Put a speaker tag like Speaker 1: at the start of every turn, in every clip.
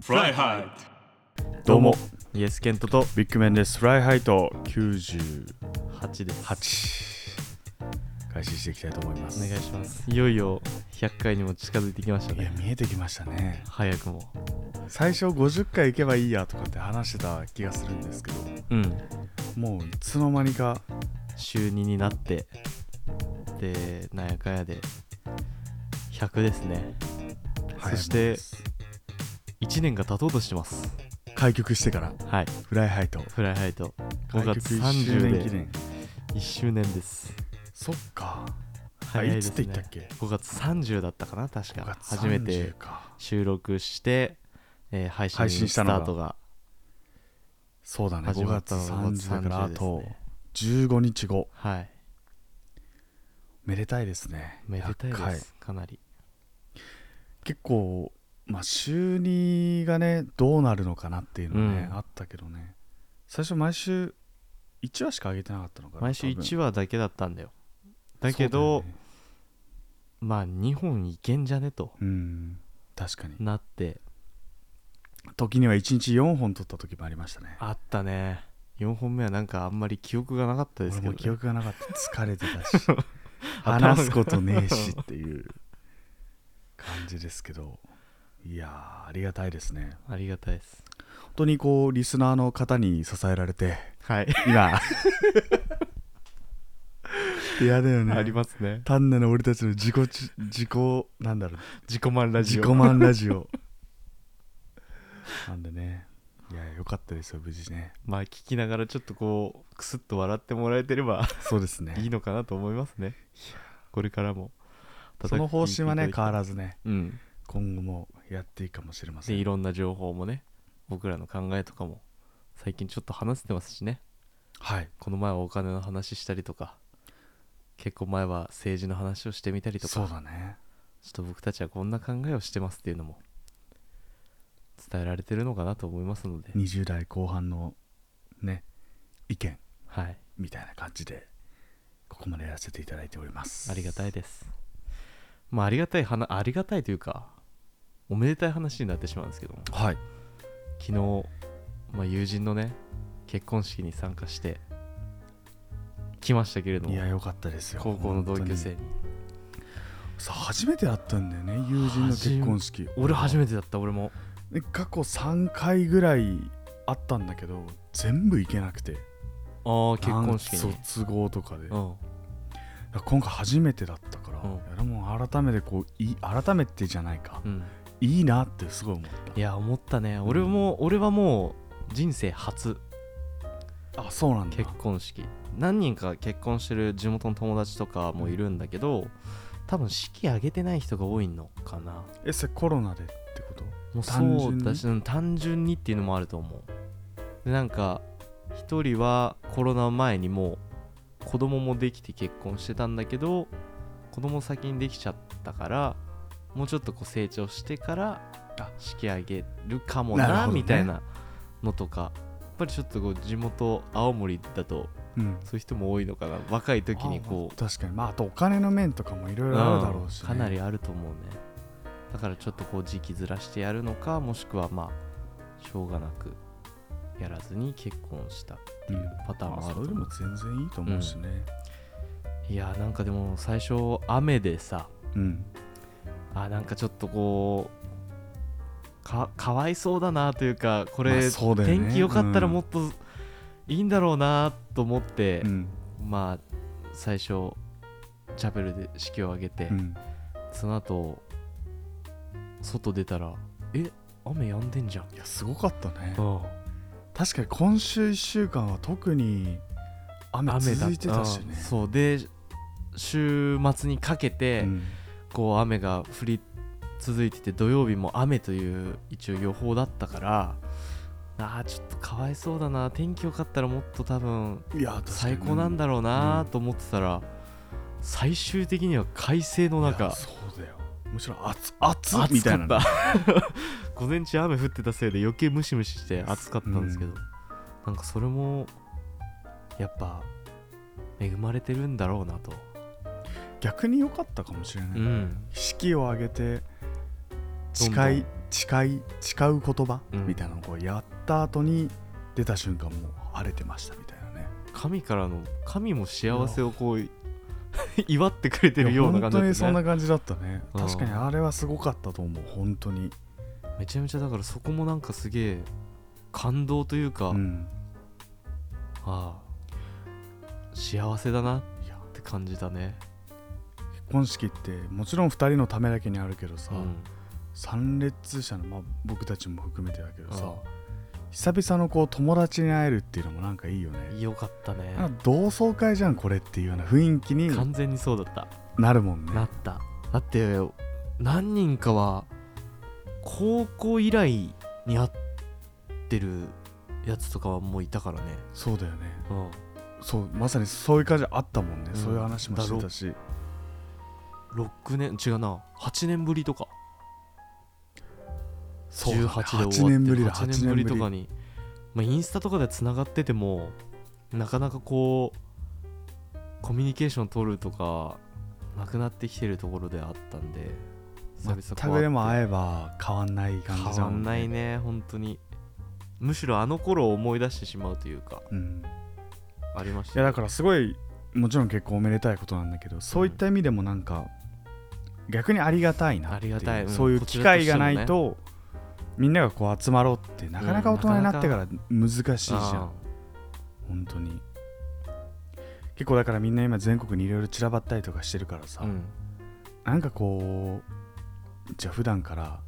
Speaker 1: フライハイ
Speaker 2: どうも、イエスケントと
Speaker 3: ビッグメンです。フライハイト98
Speaker 2: 8です。
Speaker 3: 開始していきたいと思いま
Speaker 2: お
Speaker 3: す。
Speaker 2: 願いします。いよいよ100回にも近づいてきました
Speaker 3: いや
Speaker 2: ね。
Speaker 3: 見えてきましたね。
Speaker 2: 早くも。
Speaker 3: 最初50回行けばいいやとかって話してた気がするんですけど、
Speaker 2: うん。
Speaker 3: もういつの間にか
Speaker 2: 週2になって、で、なんやかんやで100ですね。
Speaker 3: 早いもんです
Speaker 2: そして1年が経とうとしてます。
Speaker 3: 開局してから
Speaker 2: はい。
Speaker 3: フライハイト
Speaker 2: フライハイト。
Speaker 3: 開
Speaker 2: 5
Speaker 3: 局
Speaker 2: 月
Speaker 3: 1周年記
Speaker 2: 30で
Speaker 3: 念。
Speaker 2: 1周年です。
Speaker 3: そっか。あ
Speaker 2: 早
Speaker 3: い
Speaker 2: で
Speaker 3: つ
Speaker 2: す
Speaker 3: って言ったっけ？
Speaker 2: 5月30だったかな確か
Speaker 3: 5月
Speaker 2: 初めて
Speaker 3: 30か。
Speaker 2: 収録して、えー配信
Speaker 3: 配信
Speaker 2: ス
Speaker 3: した
Speaker 2: タ
Speaker 3: のが
Speaker 2: ートが
Speaker 3: そうだね。
Speaker 2: 始
Speaker 3: 5
Speaker 2: まっ
Speaker 3: 月
Speaker 2: たのが
Speaker 3: 30だからあ
Speaker 2: 5月30
Speaker 3: と
Speaker 2: ですね
Speaker 3: 15日後。
Speaker 2: はい
Speaker 3: めでたいですね。
Speaker 2: めでたい
Speaker 3: 100回
Speaker 2: ですかなり
Speaker 3: 結構、まあ、週2がねどうなるのかなっていうのはね、
Speaker 2: うん
Speaker 3: あったけどね最初毎週1話しか上げてなかったのかな
Speaker 2: 毎週1
Speaker 3: 話
Speaker 2: 話だけだったんだよだけどまあ2本いけんじゃねと
Speaker 3: うん確かに
Speaker 2: なって
Speaker 3: 時には1日4本撮った時もありましたね
Speaker 2: あったね4本目はなんかあんまり記憶がなかったで
Speaker 3: 俺
Speaker 2: すけ
Speaker 3: も
Speaker 2: ど、
Speaker 3: 記
Speaker 2: ね、
Speaker 3: 憶がなかった疲れてた し
Speaker 2: 頭が
Speaker 3: 話すことねえしっていう感じですけどいやーありがたいですね
Speaker 2: ありがたいです
Speaker 3: 本当にこうリスナーの方に支えられて
Speaker 2: はい
Speaker 3: 今いやだよね
Speaker 2: ありますね
Speaker 3: 単なる俺たちの自己ち自己なんだろう
Speaker 2: 自己満ラジ
Speaker 3: 自
Speaker 2: オ
Speaker 3: 己満ラジオなんでねいや良かったですよ無事ね
Speaker 2: まあ聞きながらちょっとこうクスッと笑ってもらえてれば
Speaker 3: そうですね
Speaker 2: いいのかなと思いますねこれからも
Speaker 3: その方針はね変わらずね
Speaker 2: うん
Speaker 3: 今後もやっていいかもしれませ
Speaker 2: でい
Speaker 3: ん
Speaker 2: ろんな情報もね僕らの考えとかも最近ちょっと話せてますしね
Speaker 3: はい
Speaker 2: この前はお金の話したりとか結構前は政治の話をしてみたりと
Speaker 3: そう
Speaker 2: か
Speaker 3: だね
Speaker 2: ちょっと僕たちはこんな考えをしてますっていうのも伝えられてるのかなと思いますので、
Speaker 3: 20代後半のね意見
Speaker 2: はい
Speaker 3: みたいな感じでここまでやらせていただいております
Speaker 2: ありがたいですまあありがたい話ありがたいというかおめでたい話になってしまうんですけども
Speaker 3: はい
Speaker 2: 昨日、まあ、友人のね結婚式に参加して来ましたけれど
Speaker 3: い
Speaker 2: も
Speaker 3: や良かったですよ
Speaker 2: 高校の同級
Speaker 3: 本
Speaker 2: 生に
Speaker 3: 当にさ初めてだったんだよね友人の結婚式
Speaker 2: 俺初
Speaker 3: て
Speaker 2: めてだった俺も
Speaker 3: で過去3回ぐらいあったんだけど全部行けなくて
Speaker 2: ああ結婚式
Speaker 3: なん
Speaker 2: に
Speaker 3: か卒業とかで、
Speaker 2: うん
Speaker 3: 今回初めてだったから、
Speaker 2: うん
Speaker 3: いやでも改めてこうい改めてじゃないか、
Speaker 2: うん
Speaker 3: いいなってすごい思っ
Speaker 2: いや思ったね俺も、俺はもう人生初
Speaker 3: たあそうなんだ
Speaker 2: 結婚式何人か結婚してる地元の友達とかもいるんだけど、多分式挙げてない人が多いのかな
Speaker 3: えそれコロナでってこと
Speaker 2: も
Speaker 3: 単
Speaker 2: うそ
Speaker 3: 純
Speaker 2: う
Speaker 3: に
Speaker 2: だしうん単純にっていうのもあると思うでなんか一人はコロナ前にもう子供もできて結婚してたんだけど子供先にできちゃったからもうちょっとこう成長してから
Speaker 3: あ
Speaker 2: 式上げるかも
Speaker 3: なるほ
Speaker 2: な
Speaker 3: どね
Speaker 2: みたいなのとかやっぱりちょっとこう地元青森だと
Speaker 3: うん
Speaker 2: そういう人も多いのかな若い時にこう
Speaker 3: あ確かにまああとお金の面とかもいろいろあるだろうし、ね
Speaker 2: んかなりあると思うねだからちょっとこう時期ずらしてやるのかもしくはまあしょうがなくやらずに結婚した
Speaker 3: うん
Speaker 2: パターン
Speaker 3: まあ
Speaker 2: もあ
Speaker 3: そ
Speaker 2: ると
Speaker 3: れで
Speaker 2: 思
Speaker 3: も
Speaker 2: う
Speaker 3: 全然いいと思うしね
Speaker 2: いやーなんかでも最初雨でさ
Speaker 3: うん、
Speaker 2: あなんかちょっとこうかかわいそうだなというかこれ、
Speaker 3: まあそうだよね
Speaker 2: 天気良かったら
Speaker 3: うん
Speaker 2: もっといいんだろうなと思って
Speaker 3: う、ん
Speaker 2: まあ最初チャペルで式を挙げて、
Speaker 3: うん
Speaker 2: その後外出たらえ雨止んでんじゃん、
Speaker 3: いやすごかったね、
Speaker 2: うん、
Speaker 3: 確かに今週1週間は特に雨続いてたしね
Speaker 2: うんそうで週末にかけて、
Speaker 3: うん
Speaker 2: こう雨が降り続いてて土曜日も雨という一応予報だったからあーちょっとかわいそうだな天気良かったらもっと多分
Speaker 3: いや
Speaker 2: 最高なん
Speaker 3: だ
Speaker 2: だろうなと思ってたら、最終的には快晴の中
Speaker 3: そうだよむしろ暑暑み
Speaker 2: 暑
Speaker 3: た
Speaker 2: か
Speaker 3: いな
Speaker 2: った 午前中雨降ってたせいで余計ムシムシして暑かったんですけど、なんかそれもやっぱ恵まれてるんだろうなと、
Speaker 3: 逆に良かったかもしれない、
Speaker 2: うん
Speaker 3: 式を挙げて
Speaker 2: どん
Speaker 3: 誓い誓い誓う言葉
Speaker 2: うん
Speaker 3: みたいなのをこうやった後に出た瞬間もう晴れてましたみたいなね
Speaker 2: 神からの神も幸せをこう 祝ってくれてる
Speaker 3: いや
Speaker 2: ような感じ
Speaker 3: 本当
Speaker 2: だっ
Speaker 3: に
Speaker 2: た
Speaker 3: そ
Speaker 2: ね
Speaker 3: んな感じだったね
Speaker 2: うん
Speaker 3: 確かにあれはすごかったと思う本当に
Speaker 2: めちゃめちゃだからそこもなんかすげえ感動というか、
Speaker 3: うん
Speaker 2: ああ幸せだなっ
Speaker 3: いや
Speaker 2: て感じたね、
Speaker 3: 結婚式ってもちろん2人のためだけにあるけどさ、
Speaker 2: うん
Speaker 3: 参列者の、まあ、僕たちも含めてだけどさ、
Speaker 2: うん
Speaker 3: 久々のこう友達に会えるっていうのもなんかいいよね
Speaker 2: よかったね
Speaker 3: なんか同窓会じゃんこれっていうような雰囲気に
Speaker 2: 完全にそうだった、
Speaker 3: なるもんね
Speaker 2: なっただって何人かは高校以来に会ってるやつとかはもういたからね、
Speaker 3: そうだよね
Speaker 2: うん、
Speaker 3: そうまさにそういう感じあったもんね、
Speaker 2: うん
Speaker 3: そういう話もしてたし
Speaker 2: 6年違うな8年ぶりとか
Speaker 3: そうだね
Speaker 2: 18で
Speaker 3: 8
Speaker 2: 終わって
Speaker 3: 年ぶりだ
Speaker 2: 8年ぶりとかに、まあ、インスタとかでつながっててもなかなかこうコミュニケーション取るとかなくなってきてるところであったんで久々
Speaker 3: 全くでも
Speaker 2: え
Speaker 3: 会えば変わんない感じだもん
Speaker 2: 変わんないね本当にむしろあの頃を思い出してしまうというか
Speaker 3: うん
Speaker 2: ありまし
Speaker 3: い
Speaker 2: た
Speaker 3: や
Speaker 2: ね
Speaker 3: だからすごいもちろん結構おめでたいことなんだけどそういった意味でもなんか、逆にありがたいなっていう
Speaker 2: ありがたいうん
Speaker 3: そういう
Speaker 2: こち
Speaker 3: 機
Speaker 2: らと
Speaker 3: 会
Speaker 2: して
Speaker 3: が
Speaker 2: もね
Speaker 3: ないとみんながこう集まろうってなかなか大人になってから難しいじゃん、
Speaker 2: あ
Speaker 3: 本当に結構だからみんな今全国にいろいろ散らばったりとかしてるからさ、
Speaker 2: あうん
Speaker 3: なんかこうじゃあ普段から、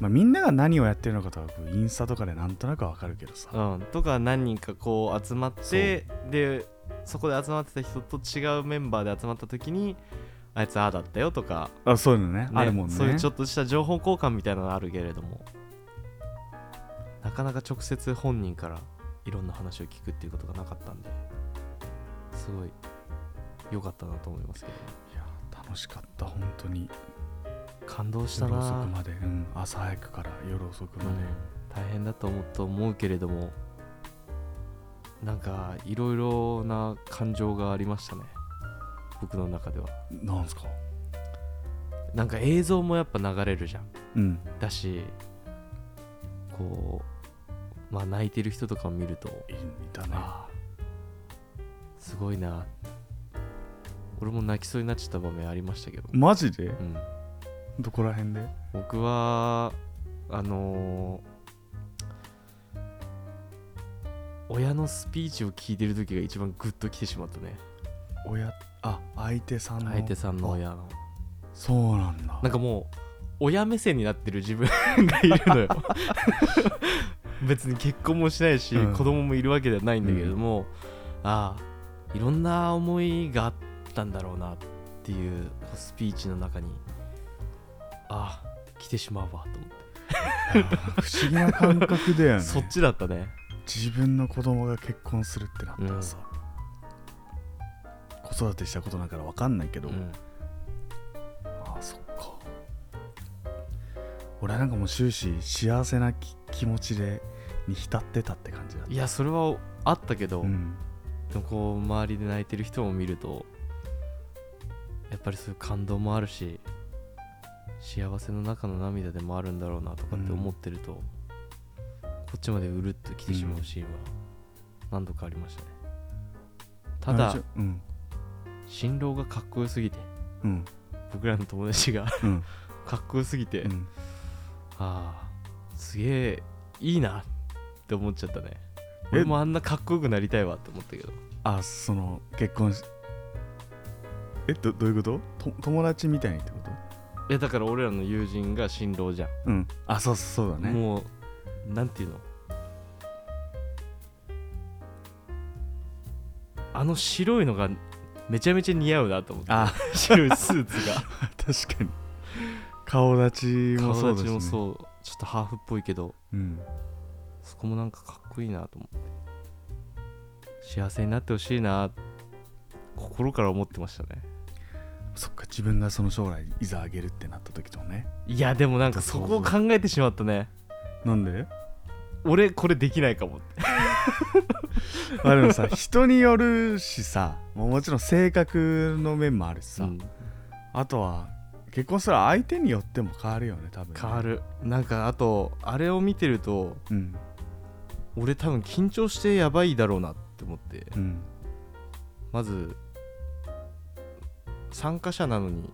Speaker 3: まあ、みんなが何をやってるのかとはこうインスタとかでなんとなくわかるけどさ、
Speaker 2: うん、とか何人かこう集まってでそこで集まってた人と違うメンバーで集まった時にあいつああだったよとか
Speaker 3: あそういうのねあるもんね
Speaker 2: そういうちょっとした情報交換みたいなのあるけれどもなかなか直接本人からいろんな話を聞くっていうことがなかったんですごい良かったなと思いますけど
Speaker 3: いや楽しかった本当に
Speaker 2: 感動した
Speaker 3: 夜
Speaker 2: な
Speaker 3: 遅くまで、うん、朝早くから夜遅くま
Speaker 2: うん
Speaker 3: で、
Speaker 2: 大変だと思うと思うけれどもなんかいろいろな感情がありましたね僕の中では
Speaker 3: なんすか
Speaker 2: なんか映像もやっぱ流れるじゃん
Speaker 3: うん
Speaker 2: だしこうまあ泣いてる人とかを見ると
Speaker 3: いいたね
Speaker 2: ああすごいな俺も泣きそうになっちゃった場面ありましたけど、
Speaker 3: マジで
Speaker 2: うん、
Speaker 3: どこら辺で
Speaker 2: 僕はあのー親のスピーチを聞いてる時が一番グッときてしまったね
Speaker 3: 親あ相手さんの
Speaker 2: 相手さんの親の
Speaker 3: そうなんだ
Speaker 2: なんかもう親目線になってる自分がいるのよ別に結婚もしないし、
Speaker 3: うん
Speaker 2: 子供もいるわけではないんだけれども、ああいろんな思いがあったんだろうなっていうスピーチの中にああ来てしまうわと思って、
Speaker 3: いや 不思議な感覚だよね
Speaker 2: そっちだったね
Speaker 3: 自分の子供が結婚するってなったらさ、子育てしたことだから分かんないけど、
Speaker 2: うん
Speaker 3: あそっか俺はなんかもう終始幸せなき気持ちでに浸ってたって感じだった
Speaker 2: いやそれはあったけど、
Speaker 3: うん
Speaker 2: でもこう周りで泣いてる人を見るとやっぱりそういう感動もあるし幸せの中の涙でもあるんだろうなとかって思ってると、こっちまでうるっと来てしまうシーンは何度かありましたね、た
Speaker 3: あ
Speaker 2: だ
Speaker 3: れじゃうん
Speaker 2: 新郎がかっこよすぎて
Speaker 3: うん
Speaker 2: 僕らの友達が
Speaker 3: うん
Speaker 2: かっこよすぎて、
Speaker 3: うん
Speaker 2: ああすげえいいなって思っちゃったね俺もあんなかっこよくなりたいわって思ったけど
Speaker 3: あその結婚しえどどういうことと友達みたいにってこと
Speaker 2: いやだから俺らの友人が新郎じゃん
Speaker 3: うんあそうそうそうだね
Speaker 2: もうなんていうのあの白いのがめちゃめちゃ似合うなと思って
Speaker 3: あ
Speaker 2: 白いスーツが
Speaker 3: 確かに顔立ちもそ
Speaker 2: 顔
Speaker 3: うだし、
Speaker 2: 立ち
Speaker 3: ね、
Speaker 2: もそうちょっとハーフっぽいけど
Speaker 3: うん
Speaker 2: そこもなんかかっこいいなと思って幸せになってほしいな心から思ってましたね
Speaker 3: そっか自分がその将来いざあげるってなった時とね
Speaker 2: いやでもなんかそこを考えてしまったね
Speaker 3: なんで
Speaker 2: 俺これできないかもって
Speaker 3: まあでもさ 人によるしさもうもちろん性格の面もあるしさ、
Speaker 2: うん
Speaker 3: あとは結婚する相手によっても変わるよね多分ね
Speaker 2: 変わるなんかあとあれを見てると
Speaker 3: うん
Speaker 2: 俺多分緊張してやばいだろうなって思って
Speaker 3: うん
Speaker 2: まず参加者なのに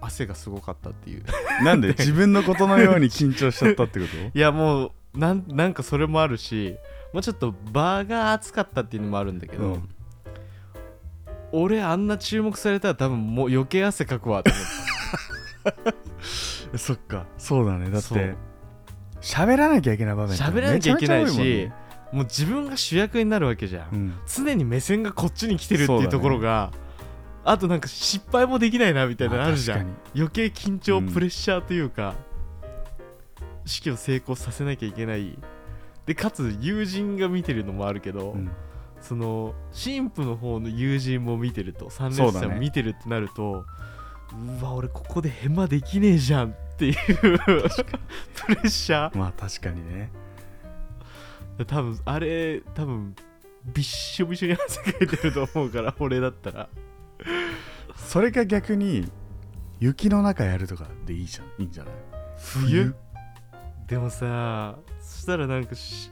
Speaker 2: 汗がすごかったっていう
Speaker 3: なん で自分のことのように緊張しちゃったってこ
Speaker 2: いやもうなんなんかそれもあるしもうちょっと場が熱かったっていうのもあるんだけ
Speaker 3: と
Speaker 2: ど、俺あんな注目されたら多分もう余計汗かくわって 思って
Speaker 3: うんそっかそうだねだっ
Speaker 2: そう
Speaker 3: て喋らなきゃいけない場面って
Speaker 2: 喋らなきゃいけない
Speaker 3: めちゃめちゃ多い
Speaker 2: しもう自分が主役になるわけじゃん、
Speaker 3: もんね
Speaker 2: 常に目線がこっちに来てるって
Speaker 3: そう
Speaker 2: い
Speaker 3: だ
Speaker 2: う
Speaker 3: ね
Speaker 2: ところが、あとなんか失敗もできないなみた
Speaker 3: う
Speaker 2: い
Speaker 3: ん
Speaker 2: なのあるじゃん
Speaker 3: まあ確か
Speaker 2: 余計緊張、
Speaker 3: うん
Speaker 2: プレッシャーというか式を成功させなきゃいけないでかつ友人が見てるのもあるけど、
Speaker 3: にうん
Speaker 2: その新婦の方の友人も見てると3
Speaker 3: そ
Speaker 2: 年
Speaker 3: うだ
Speaker 2: 生
Speaker 3: ね
Speaker 2: も見てるってなるとう,、わ俺ここでヘマできねえじゃんっていうプレッシャ
Speaker 3: まあ確かにね
Speaker 2: ー多分あれ多分びっしょびしょに汗かいてると思うから俺だったら
Speaker 3: それが逆に雪の中やるとかでいいじゃんいいんじゃない
Speaker 2: 冬でもさそしたらなんかし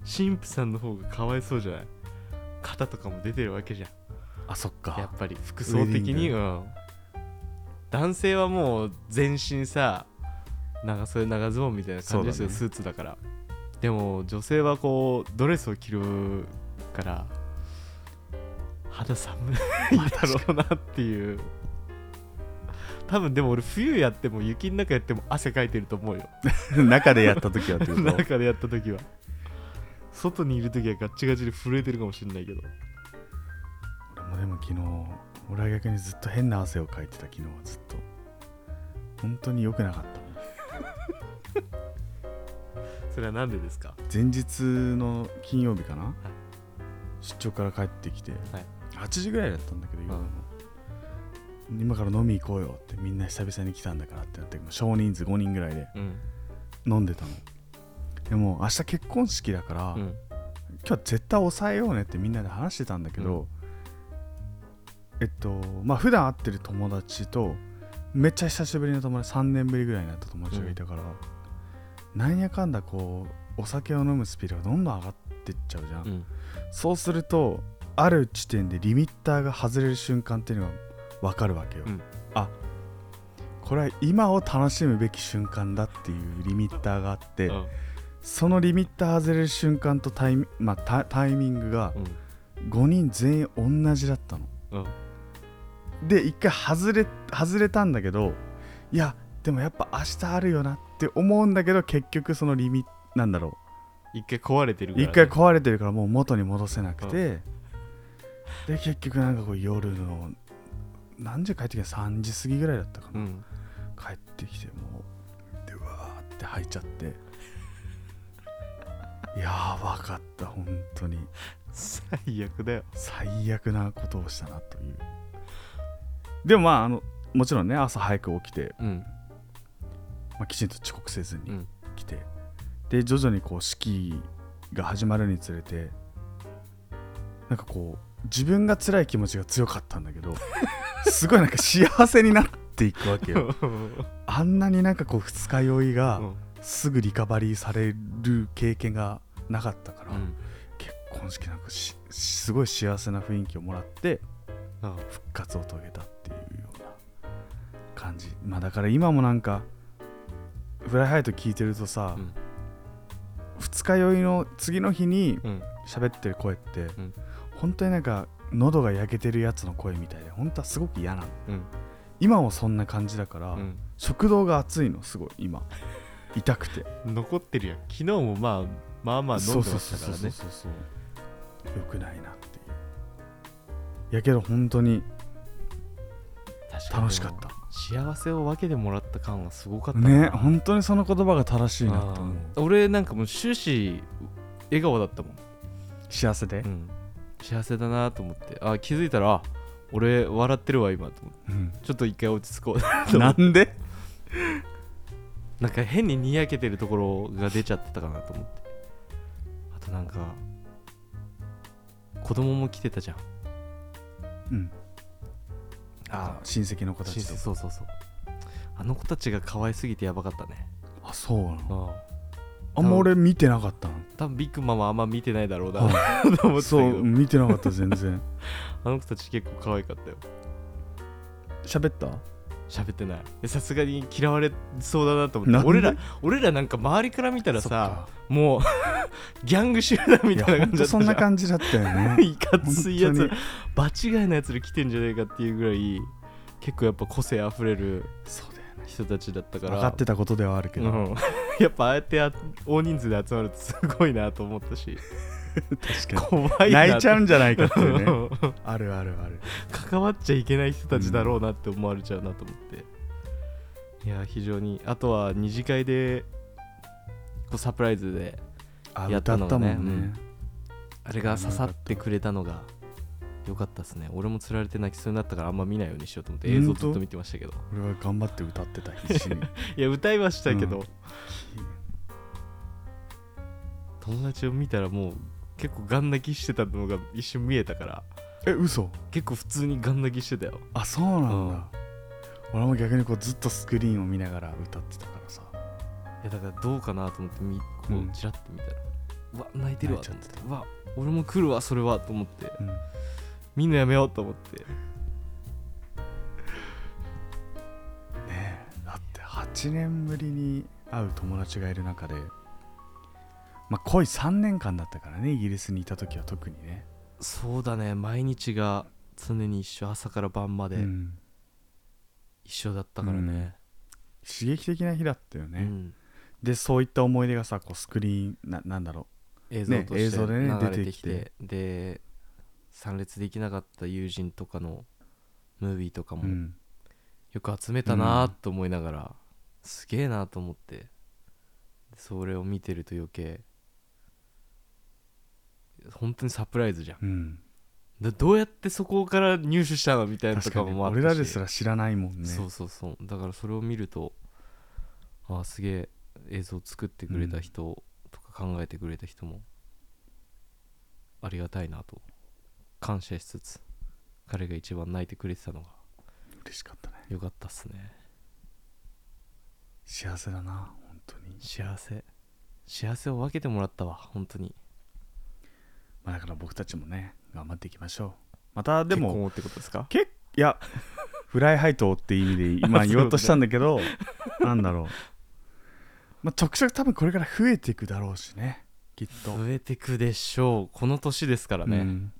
Speaker 2: 神父さんの方がかわいそうじゃない肩とかも出てるわけじゃん
Speaker 3: あそっ
Speaker 2: や
Speaker 3: か
Speaker 2: っぱり服装的
Speaker 3: ウェディン
Speaker 2: に、
Speaker 3: グ
Speaker 2: うん、男性はもう全身さ長袖長ズボンみたいな感じですよ、ス
Speaker 3: そ
Speaker 2: ーツだからでも女性はこうドレスを着るから肌寒いだろうなっていう多分でも俺冬やっても雪の中やっても汗かいてると思うよ
Speaker 3: 中でやった時はってこと
Speaker 2: 中でやった時は外にいる時はガッチガチで震えてるかもしれないけど
Speaker 3: 俺もでも昨日俺は逆にずっと変な汗をかいてた昨日はずっと本当に良くなかったもん
Speaker 2: それは何でですか
Speaker 3: 前日の金曜日かな、出張から帰ってきて、
Speaker 2: はい
Speaker 3: 8時ぐらいだったんだけど、夜の
Speaker 2: うん
Speaker 3: 今から飲み行こうよってみんな久々に来たんだからってなってもう少人数5人ぐらいで
Speaker 2: うん
Speaker 3: 飲んでたのでも明日結婚式だから、
Speaker 2: う
Speaker 3: 今
Speaker 2: ん
Speaker 3: 日は絶対抑えようねってみんなで話してたんだけど、えっとまあ普段会ってる友達とめっちゃ久しぶりの友達3年ぶりぐらいになった友達がいたから、なんやかんだこうお酒を飲むスピードがどんどん上がってっちゃうじゃん、
Speaker 2: うん
Speaker 3: そうするとある地点でリミッターが外れる瞬間っていうのが分かるわけよ、
Speaker 2: うん
Speaker 3: あこれは今を楽しむべき瞬間だっていうリミッターがあって、
Speaker 2: うん
Speaker 3: そのリミッター外れる瞬間とタイミ,、まあ、タタイミングが5人全員同じだったの
Speaker 2: うんうん
Speaker 3: で一回外れ外れたんだけどいやでもやっぱ明日あるよなって思うんだけど結局そのリミなんだろ
Speaker 2: 一回壊れてる
Speaker 3: う
Speaker 2: から、
Speaker 3: 一回壊れてるからもう元に戻せなくて、で結局なんかこう夜の何時帰ってきた3時過ぎぐらいだったか
Speaker 2: う
Speaker 3: な、
Speaker 2: ん
Speaker 3: 帰ってきてもうでうわーって吐いちゃってやばかった本当に
Speaker 2: 最悪だよ
Speaker 3: 最悪なことをしたなというでもまああのもちろんね朝早く起きて、
Speaker 2: うん
Speaker 3: まあ、きちんと遅刻せず
Speaker 2: う
Speaker 3: に
Speaker 2: ん
Speaker 3: 来て、で徐々にこう式が始まるにつれてなんかこう自分が辛い気持ちが強かったんだけ どすごいなんか幸せになっていくわけよあんなになんかこう二日酔いが、すぐリカバリーされる経験がなかったから、結婚式なんかしすごい幸せな雰囲気をもらって復活を遂げたっていうような感じまあだから今もなんか「フライハイト」聞いてるとさ、
Speaker 2: うん
Speaker 3: 二日酔いの次の日に
Speaker 2: うん
Speaker 3: 喋ってる声って、
Speaker 2: ん
Speaker 3: 本当になんか喉が焼けてるやつの声みたいで本当はすごく嫌なの
Speaker 2: うん
Speaker 3: 今もそんな感じだから、
Speaker 2: うん
Speaker 3: 食道が熱いのすごい今痛くて
Speaker 2: 残ってるやん昨日もまあまあまあ飲んでましたからね
Speaker 3: そうそうよくないなっていうやけど本当に
Speaker 2: 確
Speaker 3: 楽しかっ
Speaker 2: 幸せを分けてもらった感はすごかったたな
Speaker 3: ね本当にその言葉が正しいなと思う
Speaker 2: うん俺なんかもう終始笑顔だったもん、
Speaker 3: 幸せで
Speaker 2: う、ん、幸せだなと思ってあ気づいたらあ俺笑ってるわ今と思って
Speaker 3: うん
Speaker 2: ちょっと一回落ち着こう
Speaker 3: なんで
Speaker 2: なんか変ににやけてるところが出ちゃってたかなと思ってあとなんか子供も来てたじゃん
Speaker 3: うん
Speaker 2: あ
Speaker 3: 親戚の子たちと
Speaker 2: そうそうそうあの子たちが可愛すぎてやばかったね
Speaker 3: あそうなの
Speaker 2: うん
Speaker 3: あんま俺見てなかったの
Speaker 2: 多分ビッグママあんま見てないだろうな
Speaker 3: は
Speaker 2: と 思
Speaker 3: い
Speaker 2: ってた
Speaker 3: そ
Speaker 2: け
Speaker 3: う
Speaker 2: ど
Speaker 3: 見てなかった全 然
Speaker 2: あの子たち結構可愛かったよ
Speaker 3: 喋った
Speaker 2: 喋ってないでさすがに嫌われそうだなと思
Speaker 3: な
Speaker 2: っ
Speaker 3: ん
Speaker 2: て
Speaker 3: で
Speaker 2: 俺ら俺らなんか周りから見たらさ
Speaker 3: そ
Speaker 2: もうギャング集団み
Speaker 3: っか
Speaker 2: た
Speaker 3: い
Speaker 2: い
Speaker 3: やほん
Speaker 2: な感じだ
Speaker 3: と
Speaker 2: った
Speaker 3: そんな
Speaker 2: じ
Speaker 3: 感じだったよ
Speaker 2: ゃ
Speaker 3: ね
Speaker 2: いかついや
Speaker 3: 本
Speaker 2: つ
Speaker 3: 当に
Speaker 2: 場違いのやつら来てんじゃないかっていうぐらい結構やっぱ個性あふれる
Speaker 3: そうだよね
Speaker 2: 人たちだったか
Speaker 3: 分
Speaker 2: ら
Speaker 3: かってたことではあるけ
Speaker 2: う
Speaker 3: ど
Speaker 2: ん、 やっぱああやってあ大人数で集まるとすごいなと思ったし
Speaker 3: 確か
Speaker 2: 怖い
Speaker 3: に
Speaker 2: な
Speaker 3: 泣いちゃうんじゃないかっていうね
Speaker 2: うん
Speaker 3: あるあるある
Speaker 2: 関わっちゃいけない人たちだろうなって思われちゃうなと思って、いや非常にあとは二次会でこうサプライズで
Speaker 3: あ
Speaker 2: やっ
Speaker 3: 歌
Speaker 2: た
Speaker 3: っ
Speaker 2: の
Speaker 3: た
Speaker 2: が
Speaker 3: も
Speaker 2: ね
Speaker 3: んね
Speaker 2: あれが刺さってくれたのが良かったですね俺もつられて泣きそうになったからあんま見ないようにしようと思って映像ずっと見てましたけど
Speaker 3: 俺は頑張って歌ってた必 死に
Speaker 2: いや歌いましたけど、友達を見たらもう結構ガン泣きしてたのが一瞬見えたから
Speaker 3: え嘘
Speaker 2: 結構普通にガン泣きしてたよ
Speaker 3: あそうなんだ、
Speaker 2: うん
Speaker 3: 俺も逆にこうずっとスクリーンを見ながら歌ってたからさ
Speaker 2: いやだからどうかなと思ってみこ
Speaker 3: うん
Speaker 2: うちらって見たら、うわ泣いてるわ
Speaker 3: 泣いちゃ
Speaker 2: と思
Speaker 3: っ
Speaker 2: ってて
Speaker 3: た
Speaker 2: うわ俺も来るわそれはと思って
Speaker 3: うん
Speaker 2: みんなやめようと思って
Speaker 3: ねえだって8年ぶりに会う友達がいる中で、まあ、恋3年間だったからねイギリスにいた時は特にね、
Speaker 2: そうだね毎日が常に一緒朝から晩まで
Speaker 3: うん
Speaker 2: 一緒だったからね、
Speaker 3: 刺激的な日だったよ
Speaker 2: うん
Speaker 3: ね、でそういった思い出がさこうスクリーンななんだろ
Speaker 2: 映像と
Speaker 3: ね映
Speaker 2: して
Speaker 3: 像でね
Speaker 2: 流れてきて,、
Speaker 3: 出
Speaker 2: で参列できなかった友人とかのムービーとか
Speaker 3: う、
Speaker 2: も、
Speaker 3: うん、
Speaker 2: よく集めたなと思いながら、すげえなと思ってそれを見てると余計本当にサプライズじゃん
Speaker 3: うん、
Speaker 2: だどうやってそこから入手したのみたいなと
Speaker 3: 確
Speaker 2: か
Speaker 3: かに
Speaker 2: もあった
Speaker 3: 俺
Speaker 2: し
Speaker 3: らですら知らないもんね
Speaker 2: そうそうそうだからそれを見るとああすげえ映像作ってくれた人とか考えてくれた人もありがたいなと感謝しつつ彼が一番泣いてくれてたのが
Speaker 3: 嬉しかったね
Speaker 2: 良かったっすね
Speaker 3: 幸せだな本当に、
Speaker 2: 幸せ幸せを分けてもらったわ本当に
Speaker 3: まあ、だから僕たちもね頑張っていきましょうまたでも
Speaker 2: 結婚ってことですか
Speaker 3: けいやフライハイトって意味で 今言おうとしたんだけどなんだろう、まあ、ちょくちょく多分これから増えていくだろうしねきっと、
Speaker 2: 増えてくでしょうこの年ですからね、
Speaker 3: うん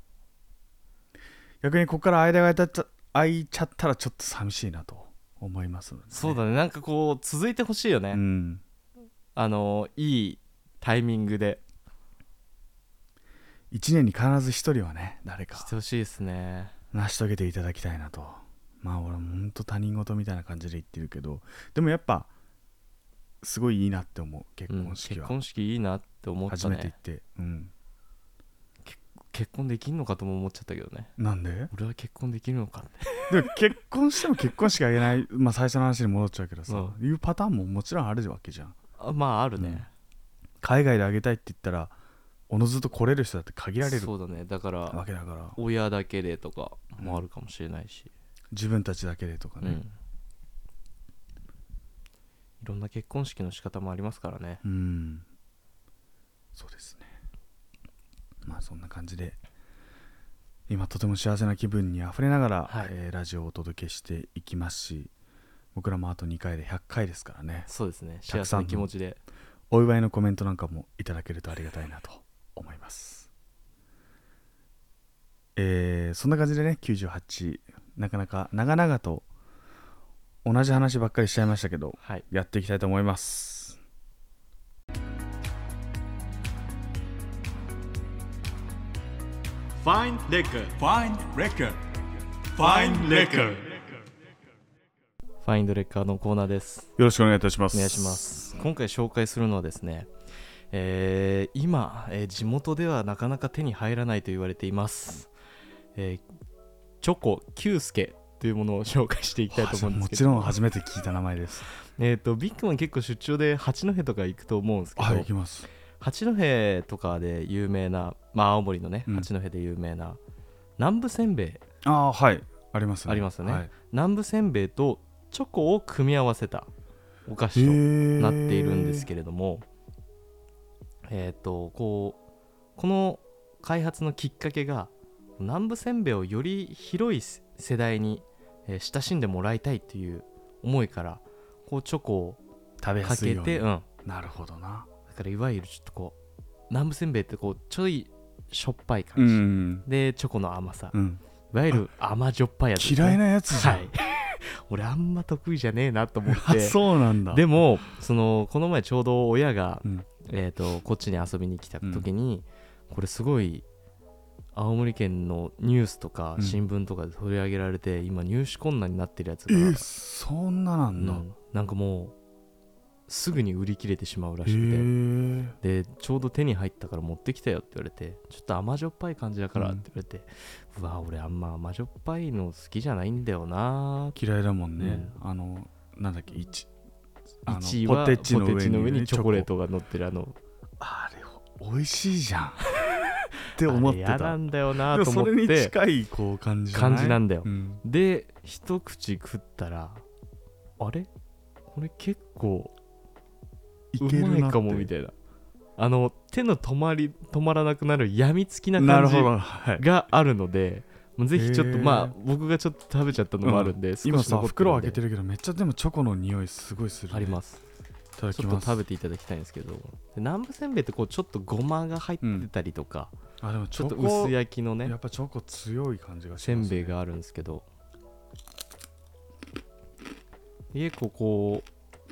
Speaker 3: 逆にここから間が空いた空いちゃったらちょっと寂しいなと思いますのでね、
Speaker 2: そうだねなんかこう続いてほしいよね、
Speaker 3: うん
Speaker 2: あのいいタイミングで
Speaker 3: 1年に必ず1人はね誰か
Speaker 2: してほしいですね
Speaker 3: 成し遂げていただきたいなとまあ俺もほんと他人事みたいな感じで言ってるけどでもやっぱすごいいいなって思う結
Speaker 2: うん
Speaker 3: 婚式
Speaker 2: 結
Speaker 3: は、
Speaker 2: 婚式いいなって思った
Speaker 3: 初めて行
Speaker 2: ね
Speaker 3: ってうん
Speaker 2: 結婚できんのかとも思っちゃったけどね
Speaker 3: なんで
Speaker 2: 俺は結婚できるのかって
Speaker 3: でも結婚しても結婚しか言えない、まあ、最初の話に戻っちゃうけどさ、
Speaker 2: う
Speaker 3: いうパターンももちろんあるわけじゃん
Speaker 2: あまああるね、
Speaker 3: 海外であげたいって言ったらおのずと来れる人だって限られる
Speaker 2: そうだねだから
Speaker 3: わけだから
Speaker 2: 親だけでとかもあるかもしれないし、
Speaker 3: 自分たちだけでとか
Speaker 2: うん
Speaker 3: ね
Speaker 2: いろんな結婚式の仕方もありますからね
Speaker 3: うん、そうですねまあそんな感じで今とても幸せな気分にあふれながら、
Speaker 2: はい
Speaker 3: えーラジオをお届けしていきますし僕らもあと2回で100回ですからね
Speaker 2: そうです
Speaker 3: た
Speaker 2: ね
Speaker 3: くさ
Speaker 2: 幸せ
Speaker 3: ん
Speaker 2: な気持ちで
Speaker 3: お祝いのコメントなんかもいただけるとありがたいなと思いますえーそんな感じでね98なかなか長々と同じ話ばっかりしちゃいましたけど
Speaker 2: はい
Speaker 3: やっていきたいと思います
Speaker 1: ファインレコードファインレコードファインレコード
Speaker 2: ファインドレッカーのコーナーです。
Speaker 3: よろしくお願いいたします
Speaker 2: お願いします。今回紹介するのはですね、えー今、えー地元ではなかなか手に入らないと言われています。えーチョコキュースケというものを紹介していきたいと思うんで
Speaker 3: も
Speaker 2: すけ
Speaker 3: ち
Speaker 2: ど、
Speaker 3: ろん初めて聞いた名前です
Speaker 2: えー、とビッグマン結構出張で八戸とか行くと思うんですけど、
Speaker 3: はい行きます
Speaker 2: 八戸とかで有名な、まあ、青森のね、
Speaker 3: うん
Speaker 2: 八戸で有名な南部せんべい
Speaker 3: ああはいありますね
Speaker 2: ありますよね
Speaker 3: はい
Speaker 2: 南部せんべいとチョコを組み合わせたお菓子と
Speaker 3: な
Speaker 2: なっているんですけれども、えっ、とこうこの開発のきっかけが南部せんべいをより広い世世代に、えー親しんでもらいたいという思いからこうチョコを
Speaker 3: 食べや
Speaker 2: か
Speaker 3: すい
Speaker 2: け
Speaker 3: よう
Speaker 2: て
Speaker 3: に
Speaker 2: う、ん、
Speaker 3: なるほどな
Speaker 2: だからいわゆるちょっとこう南部せんべいってこうちょいしょっぱい感
Speaker 3: う
Speaker 2: じ、
Speaker 3: ん、
Speaker 2: でチョコの甘さ、
Speaker 3: うん、
Speaker 2: いわゆる甘じょっぱいやつですね、
Speaker 3: 嫌いなやつじゃん、
Speaker 2: はい 俺あんま得意じゃねえなと思っ
Speaker 3: あ
Speaker 2: て
Speaker 3: そうなんだ
Speaker 2: でもそのこの前ちょうど親が、
Speaker 3: うん
Speaker 2: えー、とこっちに遊びに来た時に、これすごい青森県のニュースとか
Speaker 3: うん
Speaker 2: 新聞とかで取り上げられて、今入手困難になってるやつ
Speaker 3: え
Speaker 2: が、
Speaker 3: ーそんなな
Speaker 2: うん
Speaker 3: だ、
Speaker 2: ん、なんかもうすぐに売り切れてしまうら
Speaker 3: へ
Speaker 2: しく
Speaker 3: え
Speaker 2: てでちょうど手に入ったから持ってきたよって言われてちょっと甘じょっぱい感じだからって言われて、うわ俺あんま甘じょっぱいの好きじゃないんだよなーって
Speaker 3: 嫌いだもんね、あのなんだっけ1あの
Speaker 2: 1位は
Speaker 3: ポ
Speaker 2: ポ
Speaker 3: テ
Speaker 2: テ
Speaker 3: チの上に,、
Speaker 2: チの上にチョコレートが乗ってるあの
Speaker 3: あれ美味しいじ ゃんって思って
Speaker 2: あれ嫌な
Speaker 3: た
Speaker 2: んだよ
Speaker 3: で
Speaker 2: な
Speaker 3: も
Speaker 2: と
Speaker 3: そ
Speaker 2: 思
Speaker 3: れ
Speaker 2: っ
Speaker 3: に
Speaker 2: て
Speaker 3: 近いこう感じじゃない
Speaker 2: 感じなんだよ、
Speaker 3: うん
Speaker 2: で一口食ったらあれこれ結構
Speaker 3: いうける
Speaker 2: ま
Speaker 3: ないって
Speaker 2: かもみたいなあの手の止まり止まらなくなるやみつきな
Speaker 3: な
Speaker 2: 感
Speaker 3: る
Speaker 2: じ
Speaker 3: ほど、はい、
Speaker 2: があるのでもうぜひちょっと
Speaker 3: へー
Speaker 2: まあ僕がちょっと食べちゃったのもあるんで、少し
Speaker 3: 今さ
Speaker 2: 残ってる
Speaker 3: 袋を
Speaker 2: んで
Speaker 3: 開けてるけどめっちゃでもチョコの匂いすごいする、
Speaker 2: あります
Speaker 3: すいただ
Speaker 2: ち
Speaker 3: き
Speaker 2: ょっと
Speaker 3: ます
Speaker 2: 食べていただきたいんですけどで南部せんべいってこうちょっとごまが入ってたりとか、
Speaker 3: あでもチ
Speaker 2: ちょ
Speaker 3: ョ
Speaker 2: っ
Speaker 3: コ
Speaker 2: と薄焼きのね
Speaker 3: やっぱチョコ強い感じがし
Speaker 2: せ
Speaker 3: ます、ね、
Speaker 2: んべいがあるんですけど結構こ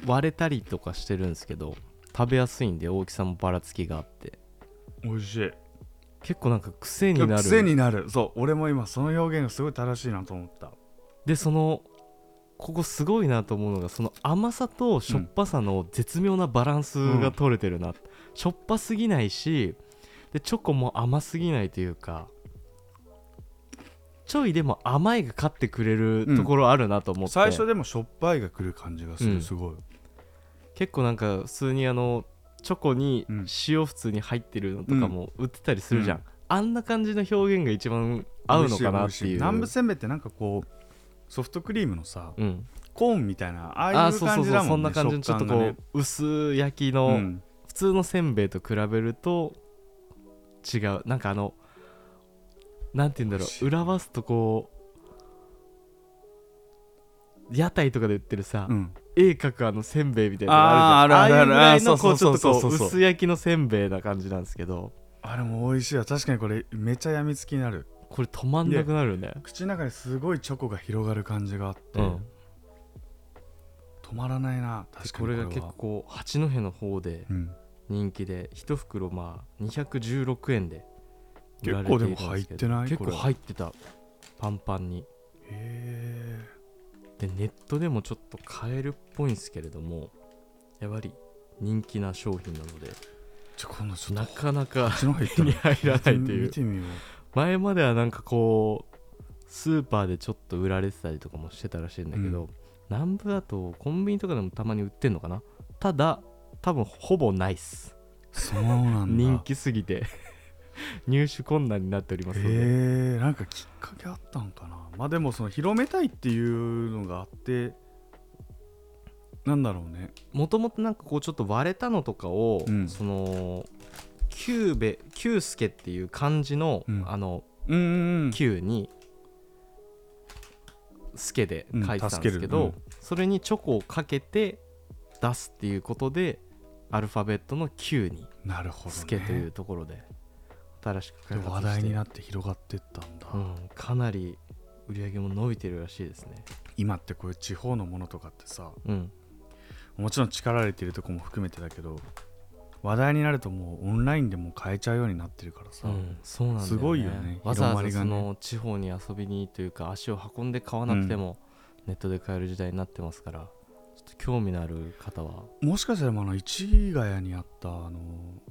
Speaker 2: う割れたりとかしてるんですけど食べやすいんで大きさもばらつきがあって
Speaker 3: 美味しい
Speaker 2: 結構なんか癖に
Speaker 3: い
Speaker 2: な
Speaker 3: や
Speaker 2: る
Speaker 3: 癖になるそう俺も今その表現がすごい正しいなと思った
Speaker 2: でそのここすごいなと思うのがその甘さとしょっぱさの絶妙なバランスが取れてるな、しょっぱすぎないしでチョコも甘すぎないというかちょいでも甘いが勝ってくれるところあるなと思って、
Speaker 3: 最初でもしょっぱいが来る感じがす
Speaker 2: う
Speaker 3: る
Speaker 2: ん
Speaker 3: すごい、
Speaker 2: 結構なんか普通にあのチョコに
Speaker 3: うん
Speaker 2: 塩普通に入ってるのとかも売ってたりするじゃん、あんな感じの表現が一番合うのかなって
Speaker 3: 美味し美味し
Speaker 2: いう
Speaker 3: 南部せんべいってなんかこうソフトクリームのさ
Speaker 2: うん、
Speaker 3: コーンみたいなああ
Speaker 2: あ
Speaker 3: い
Speaker 2: ー
Speaker 3: う
Speaker 2: そうそ
Speaker 3: 感
Speaker 2: う
Speaker 3: じ
Speaker 2: そ
Speaker 3: だ
Speaker 2: う
Speaker 3: も
Speaker 2: そ
Speaker 3: ん
Speaker 2: ん
Speaker 3: ね
Speaker 2: な感じのちょっと
Speaker 3: 食感
Speaker 2: こ
Speaker 3: がね
Speaker 2: う薄焼き
Speaker 3: う
Speaker 2: の
Speaker 3: ん
Speaker 2: 普通のせんべいと比べると違うなんかあのなんて言うんだろ
Speaker 3: 美味し
Speaker 2: う
Speaker 3: い
Speaker 2: 裏わすとこう屋台とかで売ってるさ、
Speaker 3: うん
Speaker 2: 絵描くあのせんべいみたいなのあるじゃん
Speaker 3: あーあるあるある
Speaker 2: あいうぐらいのこうち
Speaker 3: そ
Speaker 2: ょ
Speaker 3: う
Speaker 2: っ
Speaker 3: そうそうそ
Speaker 2: と
Speaker 3: う
Speaker 2: こう
Speaker 3: そう
Speaker 2: 薄焼きのせんべいな感じなんですけど
Speaker 3: あれも美味しいわ確かにこれめちゃやみつきになる
Speaker 2: これ止まんなくなるよね、
Speaker 3: 口の中にすごいチョコが広がる感じがあって、
Speaker 2: うん、
Speaker 3: 止まらないな確かに
Speaker 2: こ
Speaker 3: これ
Speaker 2: れ
Speaker 3: は
Speaker 2: が結構八戸の方で
Speaker 3: うん、
Speaker 2: 人気で一袋まあ216円で売ら
Speaker 3: 結構
Speaker 2: れてい
Speaker 3: で
Speaker 2: るん
Speaker 3: も
Speaker 2: ですけど
Speaker 3: 入ってない
Speaker 2: 結
Speaker 3: こ
Speaker 2: 構
Speaker 3: れ
Speaker 2: 入ってたパンパンに
Speaker 3: へえ
Speaker 2: でネットでもちょっと買えるっぽいんですけれどもやはり人気な商品なので
Speaker 3: じゃあ今度ちょっ
Speaker 2: な
Speaker 3: と
Speaker 2: かなか
Speaker 3: 口の中入っ
Speaker 2: 手
Speaker 3: た
Speaker 2: に
Speaker 3: ら
Speaker 2: 入らないとい
Speaker 3: 見
Speaker 2: う
Speaker 3: てみよう
Speaker 2: 前まではなんかこうスーパーでちょっと売られてたりとかもしてたらしいんだけど、
Speaker 3: う
Speaker 2: 南部だとコンビニとかでもたまに売ってんのかなただ多分ほぼないっす
Speaker 3: そうなんだ
Speaker 2: 人気すぎて 入手困難になっておりますので、
Speaker 3: えー、なんかきっかけあったんかなまあでもその広めたいっていうのがあってなんだろうね
Speaker 2: もともとなんかこうちょっと割れたのとかを、
Speaker 3: うん
Speaker 2: そのキューベキュースケっていう漢字の、
Speaker 3: うん
Speaker 2: あの
Speaker 3: うんうん
Speaker 2: キューにスケで書いてたんですけど、
Speaker 3: うん助ける
Speaker 2: それにチョコをかけて出すっていうことでアルファベットの Q に
Speaker 3: なるほど、ね、
Speaker 2: スケというところで新し
Speaker 3: で
Speaker 2: く開発して
Speaker 3: 話題になって広がってったんだ、
Speaker 2: うん、かなり売り上げも伸びてるらしいですね
Speaker 3: 今ってこういう地方のものとかってさ
Speaker 2: うん
Speaker 3: もちろん力入れてるとこも含めてだけど話題になるともうオンラインでも買えちゃうようになってるからさ、
Speaker 2: うん、そうなんだよ、ね、
Speaker 3: すごいよね
Speaker 2: わざわ
Speaker 3: 広
Speaker 2: ざ
Speaker 3: ま
Speaker 2: そ
Speaker 3: りがね
Speaker 2: の地方に遊びにというか足を運んで買わなくてもネットで買える時代になってますから、ちょっと興味のある方は
Speaker 3: もしかしたらあの市ヶ谷にあったあの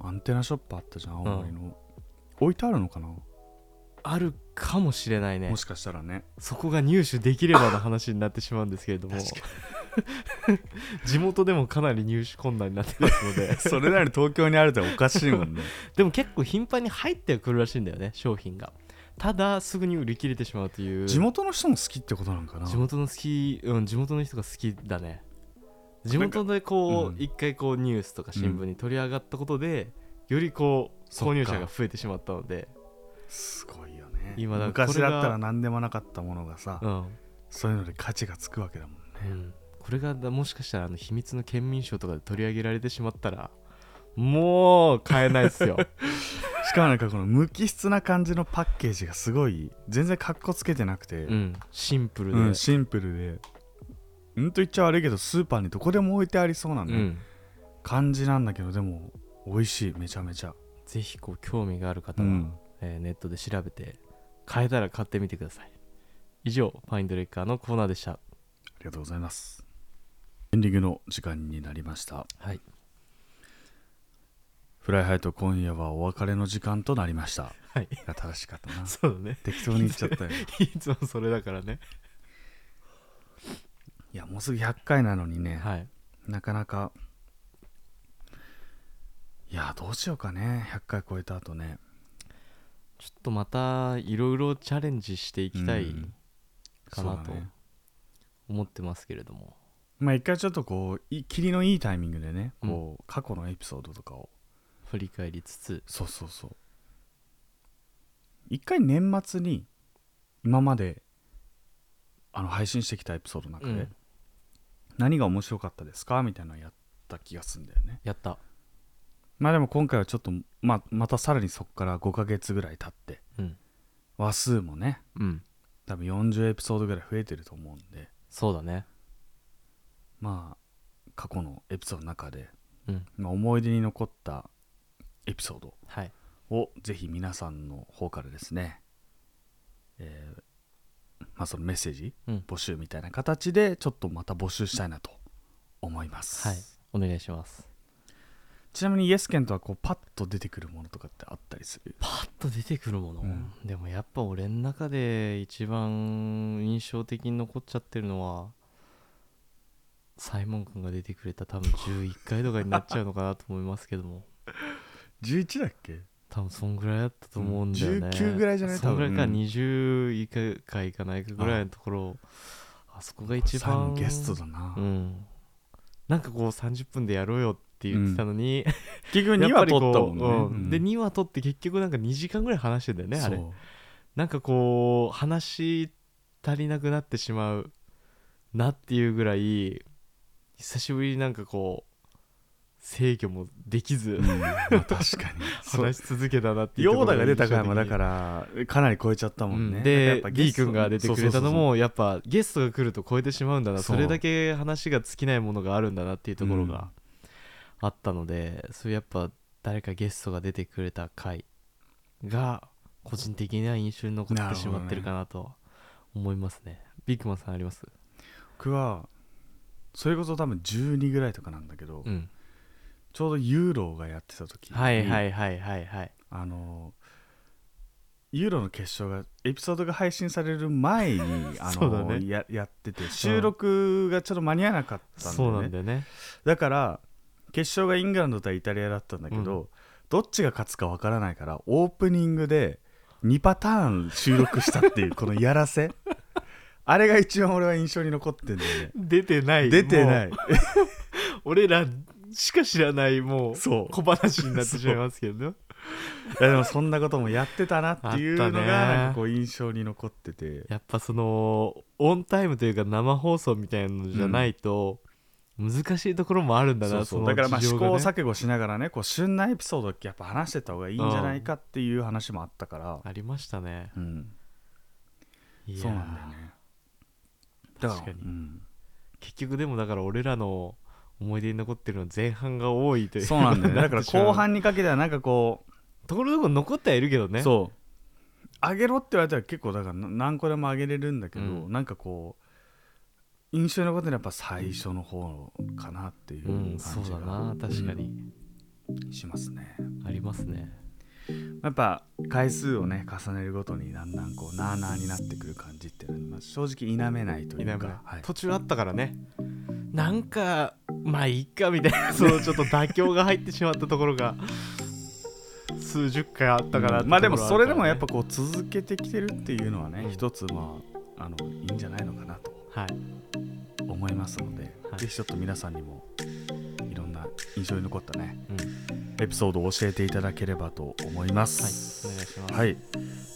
Speaker 3: アンテナショップあったじゃん青森の、置いてあるのかな、
Speaker 2: あるかもしれないね
Speaker 3: もしかしたらね
Speaker 2: そこが入手できればの話になってしまうんですけれども 地元でもかなり入手困難になってます ので
Speaker 3: それなりに東京にあるっておかしいもんね
Speaker 2: でも結構頻繁に入ってくるらしいんだよね商品がただすぐに売り切れてしまうとい う
Speaker 3: 地元の人も好きってことなんかな
Speaker 2: 地元の好き、うん、地元の人が好きだね地元でこ
Speaker 3: うん
Speaker 2: う一、回こうニュースとか新聞に取り上がったことで、よりこう
Speaker 3: そっか
Speaker 2: 購入者が増えてしまったのです
Speaker 3: ごいよね
Speaker 2: 今だからこ
Speaker 3: 昔
Speaker 2: れが
Speaker 3: だったら何でもなかったものがさ、
Speaker 2: うん、
Speaker 3: そういうので価値がつくわけだもんね
Speaker 2: うんこれがだもしかしたらあの秘密の県民賞とかで取り上げられてしまったらもう買えないですよ
Speaker 3: しかもなんかこの無機質な感じのパッケージがすごい全然かっこつけてなくて、
Speaker 2: うんシンプルで、
Speaker 3: うんシンプルでうんと言っちゃ悪いけどスーパーにどこでも置いてありそうなね、
Speaker 2: うん
Speaker 3: 感じなんだけどでも美味しいめちゃめちゃ、
Speaker 2: ぜひこう興味がある方は、えーネットで調べて買えたら買ってみてください以上ファインドレッカーのコーナーでした
Speaker 3: ありがとうございますエンディングの時間になりました
Speaker 2: はい
Speaker 3: フライハイと今夜はお別れの時間となりました
Speaker 2: はい
Speaker 3: が正しかったな
Speaker 2: そうだね
Speaker 3: 適当に言っちゃ ったよ
Speaker 2: いつもそれだからね
Speaker 3: いやもうすぐ100回なのにね、
Speaker 2: はい
Speaker 3: なかなかいやどうしようかね100回超えた後ね
Speaker 2: ちょっとまたいろいろチャレンジしていきたい
Speaker 3: うん
Speaker 2: か
Speaker 3: そ
Speaker 2: なと
Speaker 3: うだね
Speaker 2: 思ってますけれども、
Speaker 3: まあ一回ちょっとこうい霧のいいタイミングでねこう、過去のエピソードとかを
Speaker 2: 振り返りつつ
Speaker 3: そうそうそう一回年末に今まであの配信してきたエピソードの中で、
Speaker 2: うん
Speaker 3: 何が面白かったですかみたいなのやった気がするんだよね
Speaker 2: やった
Speaker 3: まあでも今回はちょっと、まあ、またさらにそこから5ヶ月ぐらい経って
Speaker 2: うん
Speaker 3: 話数もね
Speaker 2: うん
Speaker 3: 多分40エピソードぐらい増えてると思うんで
Speaker 2: そうだね
Speaker 3: まあ過去のエピソードの中で、
Speaker 2: うん
Speaker 3: まあ、思い出に残ったエピソード
Speaker 2: はい
Speaker 3: をぜひ皆さんの方からですね、えーまあ、そのメッセージ
Speaker 2: うん
Speaker 3: 募集みたいな形でちょっとまた募集したいなと思います、
Speaker 2: はいお願いします
Speaker 3: ちなみにイエスケンとはこうパッと出てくるものとかってあったりする
Speaker 2: パッと出てくるもの、
Speaker 3: うん
Speaker 2: でもやっぱ俺の中で一番印象的に残っちゃってるのはサイモン君が出てくれた多分11回とかになっちゃうのかなと思いますけども
Speaker 3: 11だっけ
Speaker 2: 多分そんぐらいだったと思うんだよね、
Speaker 3: うん19ぐらいじゃない
Speaker 2: そんぐらいか
Speaker 3: 多分うん
Speaker 2: 20以下かいかないかぐらいのところあそこが一
Speaker 3: 最後
Speaker 2: 番
Speaker 3: のゲストだな、
Speaker 2: うんなんかこう30分でやろうよって言ってたのに、
Speaker 3: 結局2
Speaker 2: やっぱ
Speaker 3: 話
Speaker 2: り
Speaker 3: 取
Speaker 2: こ
Speaker 3: った
Speaker 2: う
Speaker 3: もんね、
Speaker 2: うんで2話取って結局なんか2時間ぐらい話してんだよねあれ
Speaker 3: そう
Speaker 2: なんかこう話足りなくなってしまうなっていうぐらい久しぶりになんかこう制御もできず
Speaker 3: うんまあ確かに そう
Speaker 2: 話し続けたなっていう
Speaker 3: ヨーダが出た回もだ
Speaker 2: ら
Speaker 3: からかなり超えちゃったもんね、やっ
Speaker 2: で
Speaker 3: ぱゲ
Speaker 2: D
Speaker 3: スト
Speaker 2: 君が出てくれたのもやっぱゲストが来ると超えてしまうんだな
Speaker 3: そ
Speaker 2: そうれだけ話が尽きないものがあるんだなっていうところがあったので、そうやっぱ誰かゲストが出てくれた回が個人的には印象に残ってしまってるかなと思いますねビッグマンさんあります
Speaker 3: 僕はそれこそ多分12ぐらいとかなんだけど、
Speaker 2: うん
Speaker 3: ちょうどユーロがやってた時に
Speaker 2: はいはいはいはいはい
Speaker 3: あのユーロの決勝がエピソードが配信される前にあ
Speaker 2: そうだ
Speaker 3: の
Speaker 2: ね
Speaker 3: ややってて収録がちょっと間に合わなかったんだ
Speaker 2: そ
Speaker 3: よね
Speaker 2: うなんだよね
Speaker 3: だから決勝がイングランド対イタリアだったんだけど、どっちが勝つかわからないからオープニングで2パターン収録したっていうこのやらせ あれが一番俺は印象に残ってんだよね
Speaker 2: 出てない
Speaker 3: 出てない
Speaker 2: もう俺らしか知らないもう
Speaker 3: そう
Speaker 2: 小話になってしまいますけどね
Speaker 3: いやでもそんなこともやってたなっていうのが
Speaker 2: あったね
Speaker 3: なんかこう印象に残ってて
Speaker 2: やっぱそのオンタイムというか生放送みたいなのじゃないと難しいところもあるんだ
Speaker 3: そ
Speaker 2: な、
Speaker 3: う
Speaker 2: そ
Speaker 3: そう
Speaker 2: の
Speaker 3: だからまあ
Speaker 2: 事
Speaker 3: 試
Speaker 2: 情
Speaker 3: 行
Speaker 2: がね
Speaker 3: 錯誤しながらねこう旬なエピソードやっぱ話してた方がいいんじゃないかっていう話もあったから、
Speaker 2: ありましたね
Speaker 3: うん、
Speaker 2: いやー
Speaker 3: そうなんだよねだから
Speaker 2: 確かに
Speaker 3: うん
Speaker 2: 結局でもだから俺らの思い出に残ってるのは前半が多いという
Speaker 3: そうなん だよねだから後
Speaker 2: なってしま
Speaker 3: 半にかけてはなんかこう
Speaker 2: うところどころ残ってはいるけどね
Speaker 3: そうあげろって言われたら結構だからな何個でもあげれるんだけど、
Speaker 2: うん
Speaker 3: なんかこう印象に残ってるのはやっぱ最初の方かなっていう
Speaker 2: うん
Speaker 3: 感
Speaker 2: そう
Speaker 3: じ
Speaker 2: だな
Speaker 3: が
Speaker 2: 確かに、
Speaker 3: しますね、
Speaker 2: ありますね
Speaker 3: やっぱ回数をね重ねるごとにだんだんこうなあなあになってくる感じっていうのはまあ正直否めないというか、はい、
Speaker 2: 途中あったからねなんか まあいいかみたいなそのちょっと妥協が入ってしまったところが数十回あったからってところるからね、
Speaker 3: まあでもそれでもやっぱこう続けてきてるっていうのは
Speaker 2: う
Speaker 3: ね
Speaker 2: ん
Speaker 3: 一つまああのいいんじゃないのかなと
Speaker 2: はい
Speaker 3: 思いますので、
Speaker 2: はい
Speaker 3: ぜひちょっと皆さんにもいろんな印象に残ったね
Speaker 2: うん
Speaker 3: エピソードを教えていただければと思います。
Speaker 2: はいお願いします
Speaker 3: はい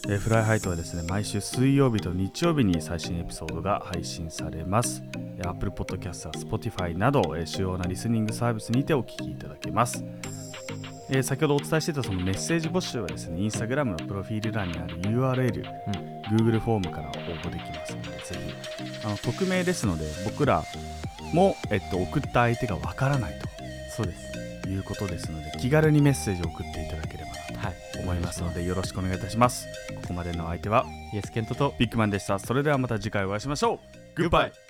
Speaker 3: えーフライハイトはですね毎週水曜日と日曜日に最新エピソードが配信されます。えー Apple Podcast や Spotify など、えー主要なリスニングサービスにてお聞きいただけます。えー先ほどお伝えしていたそのメッセージ募集はですね、Instagram のプロフィール欄にある URL、Google フォームから応募できますので、ぜひ、あの匿名ですので、僕らも、えっと、送った相手がわからないと。
Speaker 2: そうです
Speaker 3: ということですので気軽にメッセージを送っていただければな
Speaker 2: はい
Speaker 3: と思いますのでよろしくお願いいたしますここまでのお相手は
Speaker 2: イエスケントと
Speaker 3: ビッグマンでしたそれではまた次回お会いしましょうグッバイ